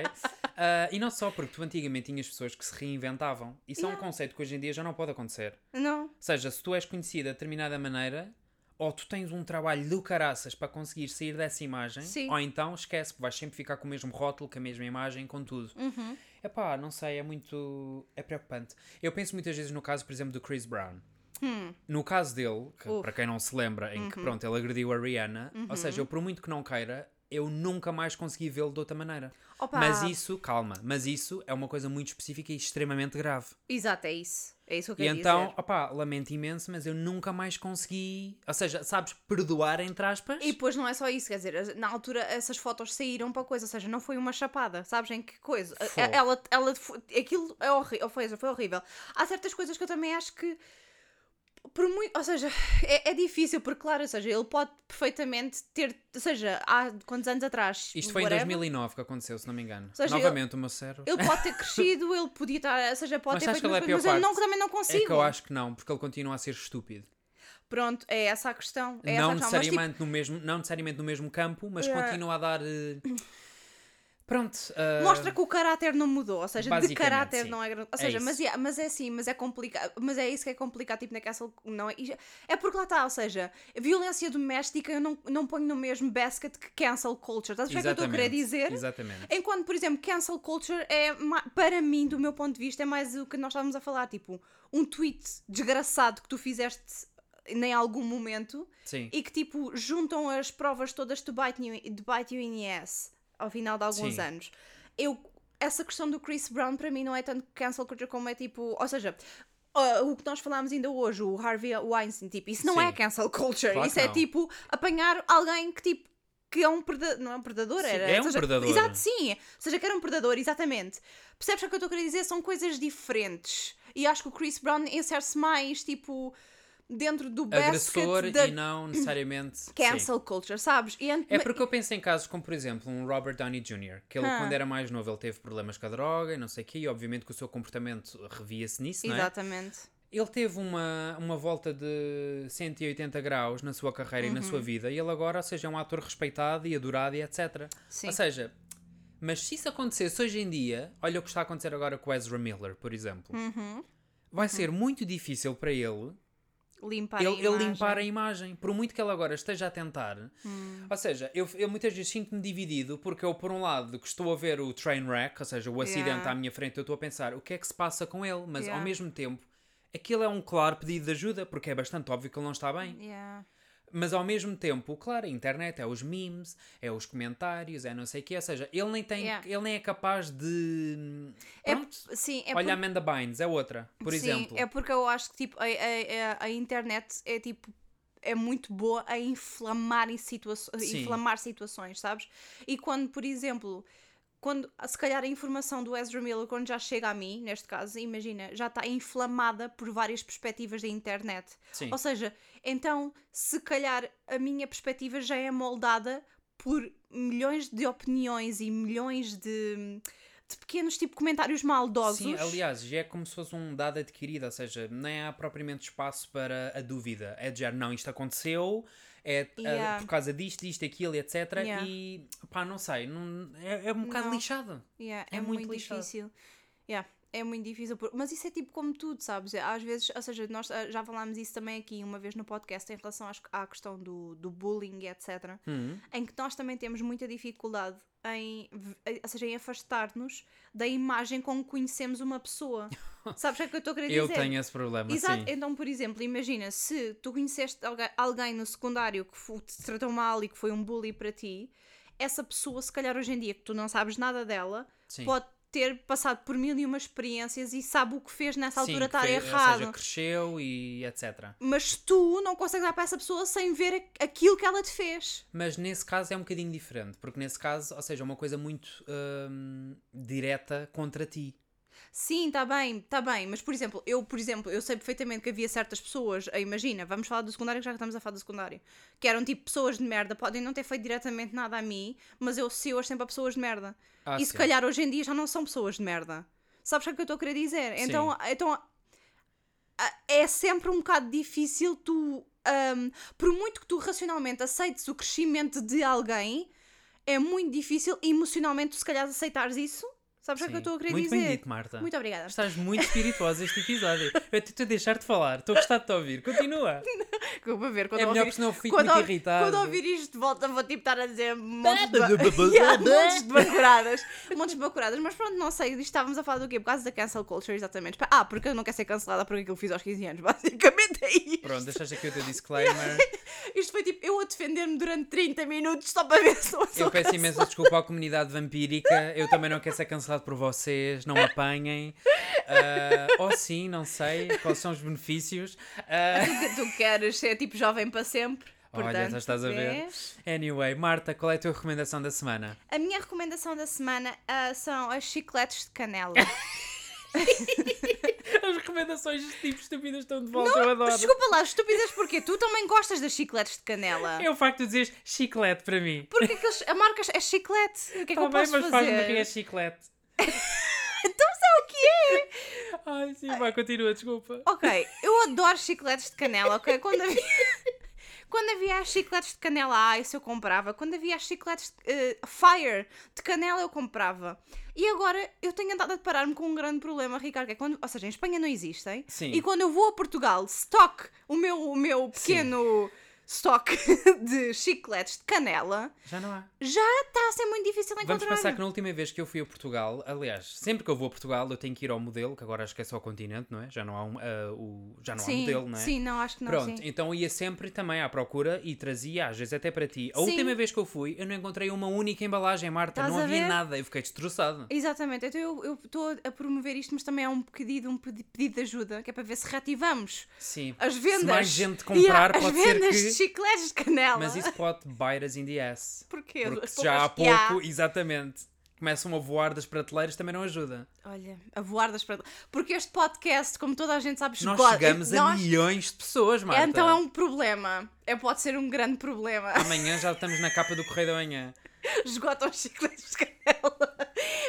Ah, e não só, porque tu antigamente tinhas pessoas que se reinventavam. Isso é um conceito que hoje em dia já não pode acontecer. Não? Ou seja, se tu és conhecida de determinada maneira, ou tu tens um trabalho do caraças para conseguir sair dessa imagem, Sim. ou então esquece, porque vais sempre ficar com o mesmo rótulo, com a mesma imagem, com tudo. Uhum. É pá, não sei, é muito. é preocupante. Eu penso muitas vezes no caso, por exemplo, do Chris Brown. Hum. No caso dele, que, Uf. Uhum. para quem não se lembra, em que pronto, ele agrediu a Rihanna, ou seja, eu por muito que não queira, eu nunca mais consegui vê-lo de outra maneira. Opa. Mas isso, calma, mas isso é uma coisa muito específica e extremamente grave. Exato, é isso. É isso que eu E quero então, dizer. opá, lamento imenso, mas eu nunca mais consegui. Ou seja, sabes, perdoar entre aspas. E depois não é só isso, quer dizer, as- na altura essas fotos saíram para coisa, ou seja, não foi uma chapada, sabes em que coisa? A- Fogo. Ela, ela, fo- aquilo é horrível, foi, foi horrível. Há certas coisas que eu também acho que, por muito, ou seja, é, é difícil, porque claro, ou seja, ele pode perfeitamente ter, ou seja, há quantos anos atrás? Isto foi whatever, em 2009 que aconteceu, se não me engano. seja, Novamente, o meu cérebro. é Ele pode ter crescido, ele podia estar, ou seja, pode um. Mas ter feito acho que ele é umas a pior coisas, mas eu não, parte. também não É consigo. que eu acho que não, porque ele continua a ser estúpido. Pronto, é essa a questão. É não, essa a questão. Mas, tipo, necessariamente no mesmo, não necessariamente no mesmo campo, mas Yeah. continua a dar. eh, Pronto. eh, mostra que o caráter não mudou, ou seja, de basicamente, caráter sim. não é grande. Ou É seja, mas, isso. yeah, mas é assim, mas é complicado, mas é isso que é complicado, tipo na cancel, não é? e- É porque lá está, ou seja, violência doméstica eu não, não ponho no mesmo basket que cancel culture. Estás a ver o que eu estou a querer exatamente, dizer? Exatamente. Enquanto, por exemplo, cancel culture é, ma- para mim, do meu ponto de vista, é mais o que nós estávamos a falar, tipo, um tweet desgraçado que tu fizeste em algum momento Sim. e que tipo juntam as provas todas de Bite You, de bite you in the Ass ao final de alguns Sim. anos. Eu, essa questão do Chris Brown para mim não é tanto cancel culture como é tipo, ou seja, ah, o que nós falámos ainda hoje, o Harvey Weinstein, tipo, isso não Sim. é cancel culture, Claro que isso é não. tipo, tipo apanhar alguém que tipo que é um predador, não é um predador, Sim, era. é ou um seja, predador. Exato, sim. Ou seja, que era um predador, exatamente. Percebes o que eu estou a querer dizer? São coisas diferentes. E acho que o Chris Brown insere-se mais, tipo, dentro do Agressor basket da e não necessariamente. sim. cancel culture, sabes? E ent- É porque eu penso em casos como, por exemplo, um Robert Downey Jr., que ele, Ah. quando era mais novo, ele teve problemas com a droga e não sei o quê, e obviamente que o seu comportamento revia-se nisso, não é? Exatamente. Ele teve uma, uma volta de 180 graus na sua carreira e na Uhum. sua vida, e ele agora, ou seja, é um ator respeitado e adorado e etc. Sim. Ou seja, mas se isso acontecesse hoje em dia, olha o que está a acontecer agora com o Ezra Miller, por Hum. exemplo. Uhum. Vai ser muito difícil para ele Limpar a ele, ele imagem. limpar a imagem, por muito que ele agora esteja a tentar. Hum. Ou seja, eu, eu muitas vezes sinto-me dividido porque eu, por um lado, que estou a ver o train wreck, ou seja, o acidente Yeah. à minha frente, eu estou a pensar o que é que se passa com ele, mas ao Yeah. mesmo tempo aquilo é um claro pedido de ajuda, porque é bastante óbvio que ele não está Hum. bem. Yeah. Mas ao mesmo tempo, claro, a internet é os memes, é os comentários, é não sei o quê. Ou seja, ele nem, tem, Yeah. ele nem é capaz de. É- Pronto. Sim, é Olha, a Amanda Bynes é outra, por Sim, exemplo. é porque eu acho que tipo, a, a- a- a internet é tipo é muito boa a inflamar em situações Sim. inflamar situações, sabes? E quando, por exemplo, quando se calhar a informação do Ezra Miller quando já chega a mim, neste caso, imagina, já está inflamada por várias perspectivas da internet. Sim. Ou seja, então, se calhar a minha perspectiva já é moldada por milhões de opiniões e milhões de, de pequenos tipo comentários maldosos. Sim, aliás, já é como se fosse um dado adquirido, ou seja, nem há propriamente espaço para a dúvida. É de género, não, isto aconteceu, é uh, Yeah. por causa disto, disto, aquilo, etc. Yeah. E pá, não sei, não- é, é um bocado Não. lixado. Yeah, É é, muito muito, lixado. difícil. Yeah, é muito difícil. por- Mas isso é tipo como tudo, sabes? Às vezes, ou seja, nós ah, já falámos isso também aqui uma vez no podcast em relação às- à questão do, do bullying, e etc. Hum. Em que nós também temos muita dificuldade em, v- eh, ou seja, em afastar-nos da imagem com que conhecemos uma pessoa. sabes o que é que eu estou a querer Eu dizer? tenho esse problema, Exato, sim. então por exemplo, imagina se tu conheceste alga- alguém no secundário que fo- te tratou mal e que foi um bully para ti, essa pessoa, se calhar hoje em dia que tu não sabes nada dela, Sim. pode ter passado por mil e uma experiências e sabe o que fez nessa Sim, altura que estar fe- Ou errado. seja, cresceu e etc. Mas tu não consegues dar para essa pessoa sem ver a- aquilo que ela te fez. Mas nesse caso é um bocadinho diferente, porque nesse caso, ou seja, é uma coisa muito hum, direta contra ti. Sim, está bem, está bem, mas por exemplo, eu, por exemplo, eu sei perfeitamente que havia certas pessoas, eh, imagina, vamos falar do secundário, que já que estamos a falar do secundário, que eram tipo pessoas de merda, podem não ter feito diretamente nada a mim, mas eu sei hoje sempre a pessoas de merda. Ah, e se sim. calhar hoje em dia já não são pessoas de merda. Sabes o que é que eu estou a querer dizer? Então, então a- é sempre um bocado difícil tu, ahm, por muito que tu racionalmente aceites o crescimento de alguém, é muito difícil emocionalmente tu se calhar aceitares isso. Sabes o que é que eu Sim. estou a querer Muito dizer? bem dito, Marta. Muito obrigada. Estás muito espirituosa este episódio. Eu estou a deixar de falar, estou a gostar de te ouvir. Continua. Eu vou ver quando É eu ouvir- melhor porque senão eu fico quando muito eu- irritado. Quando eu ouvir isto de volta, vou tipo estar a dizer montes de, yeah, montes de bacuradas. montes de bacuradas. Mas pronto, não sei. Disto estávamos a falar do quê? Por causa da cancel culture, exatamente. Ah, porque eu não quero ser cancelada porque aquilo fiz aos 15 anos. Basicamente é isto. Pronto, deixaste aqui o teu disclaimer. Isto foi tipo eu a defender-me durante 30 minutos só para ver se não sou Eu peço imensa desculpa à comunidade vampírica. Eu também não quero ser cancelado por vocês. Não me apanhem. Ah, ou sim, não sei. Quais são os benefícios? Ah, cancelada. Tu queres ser tipo jovem para sempre. Olha, Portanto, já estás a ver. vês? anyway, Marta, qual é a tua recomendação da semana? A minha recomendação da semana ah, são as chicletes de canela. As recomendações deste tipo estúpidas estão de volta. eu Mas desculpa lá, estúpidas porquê? Tu também gostas das chicletes de canela. É o facto de dizeres chiclete para mim. Porque aqueles, a marca é chiclete. O que é que eu Está Tá bem, posso mas faz-me rir a fazer? chiclete. Então sei o que é. Ai, sim, vai, continua, desculpa. Ok, eu adoro chicletes de canela, ok? Quando havia, quando havia as chicletes de canela, ah, isso eu comprava. Quando havia as chicletes eh, Fire de canela, eu comprava. E agora eu tenho andado a deparar-me com um grande problema, Ricardo, que é quando, ou seja, em Espanha não existem. Sim. E quando eu vou a Portugal, stock, o meu, o meu pequeno stock de chicletes de canela, Já não há. já está a ser muito difícil encontrar. Vamos pensar que na última vez que eu fui a Portugal, aliás, sempre que eu vou a Portugal eu tenho que ir ao modelo, que agora acho que é só o continente, não é? Já não há, um, ah, o, já não há sim, modelo, não é? Sim, não, acho que não. Pronto, sim. então ia sempre também à procura e trazia, às vezes até para ti. A Sim. última vez que eu fui, eu não encontrei uma única embalagem, Marta, Estás não a havia ver? nada, eu fiquei destroçado. Exatamente, então eu eu estou a promover isto, mas também é um pedido, um pedi- pedido de ajuda, que é para ver se reativamos Sim. as vendas. Se mais gente comprar, Yeah, pode as vendas de ser que. chicletes de canela. Mas isso pode bite us in the ass. Porquê? Porque As se já há pouco, poucas- Yeah. exatamente, começam a voar das prateleiras, também não ajuda. Olha, a voar das prateleiras. Porque este podcast, como toda a gente sabe, Nós esgota- chegamos a nós- milhões de pessoas, Marta. É, Então é um problema. É, pode ser um grande problema. Amanhã já estamos na capa do Correio da Manhã. esgotam os chicletes de canela.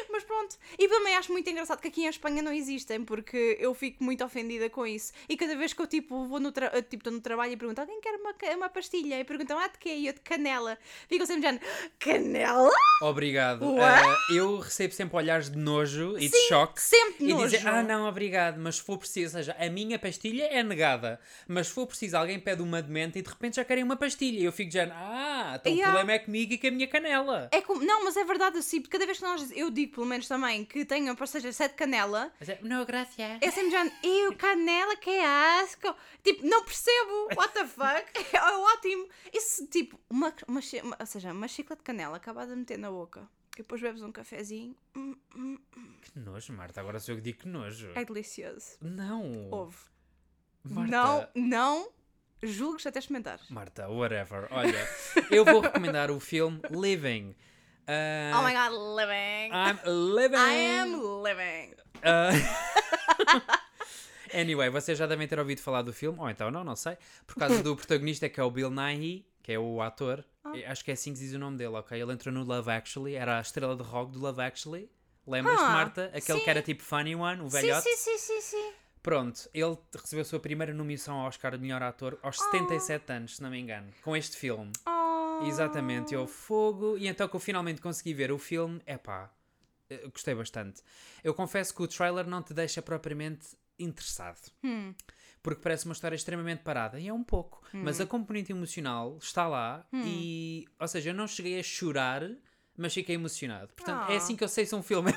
Mas pronto. E também acho muito engraçado que aqui em Espanha não existem, porque eu fico muito ofendida com isso. E cada vez que eu tipo vou no, tra eu, tipo, tô no trabalho e pergunto alguém quer uma, ca- uma pastilha? E perguntam, ah, de quê? E eu de canela. Ficam sempre dizendo, canela? Obrigado. Ué? Eh, eu recebo sempre olhares de nojo e de choque. Sempre E nojo. dizer, ah não, obrigado, mas se for preciso, ou seja, a minha pastilha é negada, mas se for preciso, alguém pede uma demente e de repente já querem uma pastilha. E eu fico dizendo, ah, então Yeah. o problema é comigo e com a minha canela. É como- não, mas é verdade, assim, cada vez que nós, eu digo, pelo menos canções também que tenham, ou seja, sete canela, Mas é, Não, graças. é sempre já, eu canela, que é asco. Tipo, não percebo, what the fuck. É ótimo. Isso, tipo, uma, uma, chi- uma- ou seja, uma chicla de canela acabada de meter na boca. E depois bebes um cafezinho. Hum, hum, Que nojo, Marta. Agora sou eu que digo que nojo. é delicioso. Não. Ouve. Marta. Não, não julgues até experimentar. Marta, whatever. Olha, eu vou recomendar o filme Living. Ah, Oh my god, living. I'm living. I am living. Ah. anyway, vocês já devem ter ouvido falar do filme, ou então não, não sei. Por causa do protagonista que é o Bill Nighy, que é o ator. Ah. Eu Acho que é assim que se diz o nome dele, ok? Ele entrou no Love Actually, era a estrela de rock do Love Actually. Lembras-te, Ah, Marta? Aquele sim. que era tipo Funny One, o Sim, velhote. sim, sim, sim, sim. Pronto, ele recebeu a sua primeira nomeação ao Oscar de melhor ator Ah. aos 77 anos, se não me engano, com este filme. Oh. Exatamente, eu fogo. E então que eu finalmente consegui ver o filme, epá, eh, gostei bastante. Eu confesso que o trailer não te deixa propriamente interessado. Hum. Porque parece uma história extremamente parada, e é um pouco. Mas a componente emocional está lá Hum. e... Ou seja, eu não cheguei a chorar, mas fiquei emocionado. Portanto, é Ah. assim que eu sei se um filme é...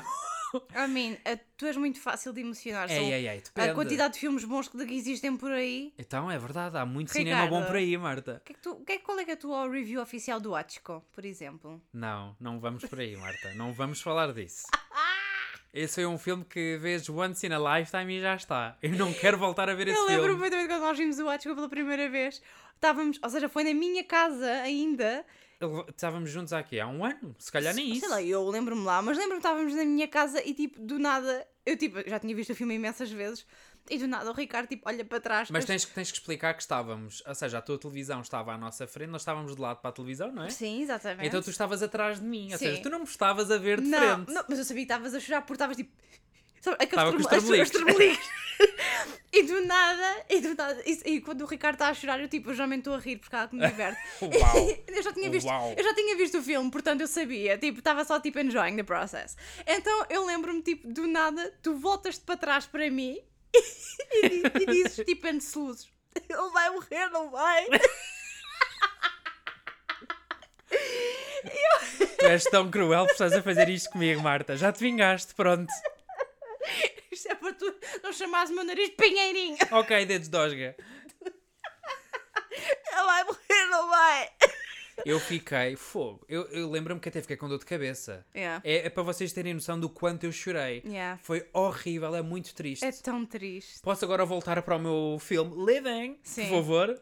I mean, eh, tu és muito fácil de emocionar. são Ei, ei, ei, É, depende. a quantidade de filmes bons que que existem por aí. Então, é verdade, há muito cinema bom Ricardo. por aí, Marta. O Que é que tu, o que é, qual é que é a tua review oficial do Atchico, por exemplo? Não, não vamos por aí, Marta. Não vamos falar disso. Esse é um filme que vejo once in a lifetime e já está. Eu não quero voltar a ver esse Eu lembro filme. perfeitamente quando nós vimos o Atchico pela primeira vez. Estávamos, ou seja, foi na minha casa ainda. Eu- Estávamos juntos aqui há um ano, se calhar nem isso. Sei lá, eu lembro-me lá, mas lembro-me que estávamos na minha casa e tipo, do nada, eu tipo, já tinha visto o filme imensas vezes, e do nada o Ricardo tipo, olha para trás. depois- Mas tens, que- tens que explicar que estávamos, ou seja, a tua televisão estava à nossa frente, nós estávamos de lado para a televisão, não é? Sim, exatamente. Então tu estavas atrás de mim, ou Sim. seja, tu não me estavas a ver de não, frente. não, mas eu sabia que estavas a chorar porque estavas tipo. Sabe, aqueles Estava com os tremo- as- os tremelicos. e do nada, e do nada, e, e quando o Ricardo está a chorar, eu tipo, eu já me estou a rir porque ela que me diverte. Uau. eu já tinha visto, Uau. eu já tinha visto o filme, portanto eu sabia, tipo, estava só tipo enjoying the process. Então eu lembro-me tipo, do nada, tu voltas-te para trás para mim e, di- e dizes tipo entre soluços. Ele vai morrer, não vai? Tu és tão cruel por estás a fazer isto comigo, Marta. Já te vingaste, pronto. Isto é para tu não chamares o meu nariz pinheirinho. Ok, dedos de osga. Ele vai morrer, não vai? Eu fiquei fogo. Eu, eu lembro-me que até fiquei com dor de cabeça. Yeah. É, é para vocês terem noção do quanto eu chorei. Yeah. Foi horrível, é muito triste. É tão triste. Posso agora voltar para o meu filme Living, Sim. por favor?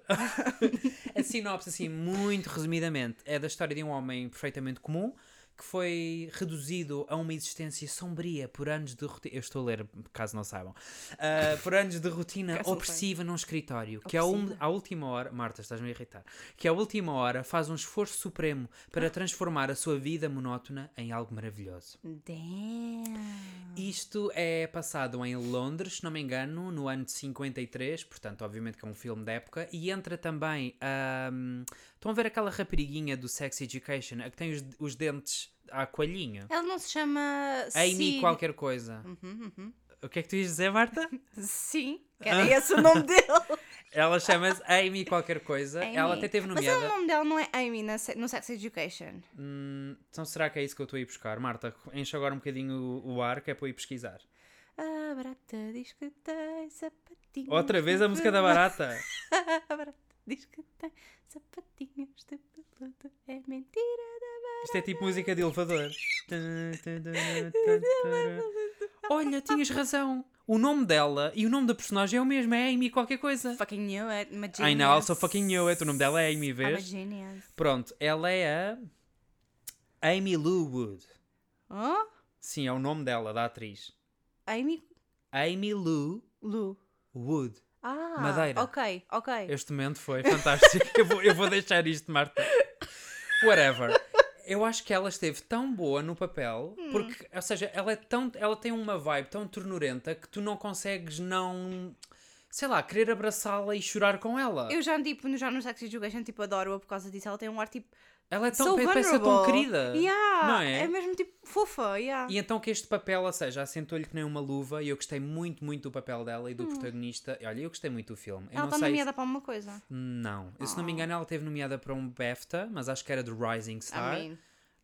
a sinopse, assim, muito resumidamente, é da história de um homem perfeitamente comum que foi reduzido a uma existência sombria por anos de rotina. Eu estou a ler, caso não saibam. Ah, por anos de rotina Caso não opressiva num escritório, que à, um- à última hora. Marta, estás-me a irritar. Que à última hora faz um esforço supremo Ah. para transformar a sua vida monótona em algo maravilhoso. Damn. Isto é passado em Londres, se não me engano, no ano de 53, portanto, obviamente que é um filme da época, e entra também. ahm, estão a ver aquela rapariguinha do Sex Education, a que tem os, os dentes à coelhinha? Ela não se chama Amy Sid- Uhum, qualquer coisa. O que é que tu ias dizer, Marta? Sim, que era Ah. esse o nome dele. Ela chama-se Amy qualquer coisa. Ela Amy. até teve Mas o nomeada. nome dela não é Amy na se- no Sex Education. Hum, então será que é isso que eu estou a ir buscar? Marta, enche agora um bocadinho o, o ar que é para eu ir pesquisar. A barata diz que tem sapatinhos. Outra vez a de música da veludo. barata. A barata diz que tem sapatinhos de peludo. É mentira Isto é tipo música de elevador. Olha, tinhas razão. O nome dela e o nome da personagem é o mesmo, é Amy qualquer coisa. da. Fucking knew it. I'm a genius. I know, also fucking knew it. O nome dela é Amy, I'm a vês? genius. Pronto, ela é a Amy Lou Wood. Oh? Sim, é o nome dela, da atriz. Amy Amy Lou Lu. Wood. Ah, Madeira. ok, ok. Este momento foi fantástico. eu, vou, eu vou deixar isto, Marta. Whatever. Eu acho que ela esteve tão boa no papel, Hum. porque, ou seja, ela, é tão, ela tem uma vibe tão ternurenta que tu não consegues não, sei lá, querer abraçá-la e chorar com ela. Eu já, tipo, no- já no Sex Education, tipo, adoro-a por causa disso. Ela tem um ar, tipo, Ela é tão, so pa- parece ser tão vulnerable. querida. Yeah, não é? mesmo, tipo, fofa, yeah. E então que este papel, ou seja, assentou-lhe que nem uma luva e eu gostei muito, muito do papel dela e do protagonista. E Olha, eu gostei muito do filme. Eu Hum. Ela tá não está sei se- nomeada Ah. para alguma coisa. Não. Eu, se não me engano, ela teve nomeada para um BAFTA, mas acho que era do Rising Star. I mean,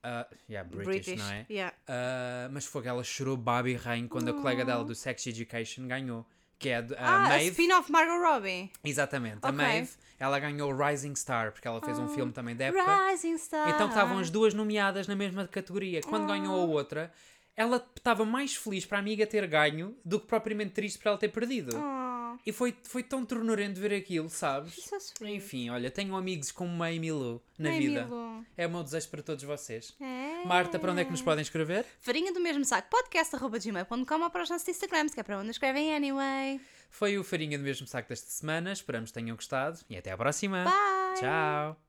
Ah, yeah, British, não é? Yeah. Ah, mas foi que ela chorou Babi Rain quando a colega dela do Sex Education ganhou. Que é a, do- a Hum. Ah, a Maeve. spin-off Margot Robbie. Exatamente. Ok. A Ah, Maeve, ela ganhou o Rising Star, porque ela fez um filme também da época. Rising Star. Então estavam as duas nomeadas na mesma categoria. Quando ganhou Ah. a outra, ela estava mais feliz para a amiga ter ganho do que propriamente triste para ela ter perdido. Oh, E foi, foi tão tornorento ver aquilo, sabes? isso é sweet. Enfim, olha, tenho amigos como May Milu na Ai, vida. Milo. É o meu desejo para todos vocês. É. Marta, para onde é que nos podem escrever? Farinha do mesmo saco, podcast.gmail.com ou para os nossos Instagrams, que é para onde nos escrevem anyway. Ah. Foi o Farinha do mesmo saco desta semana. Esperamos que tenham gostado e até à próxima. Bye! Tchau!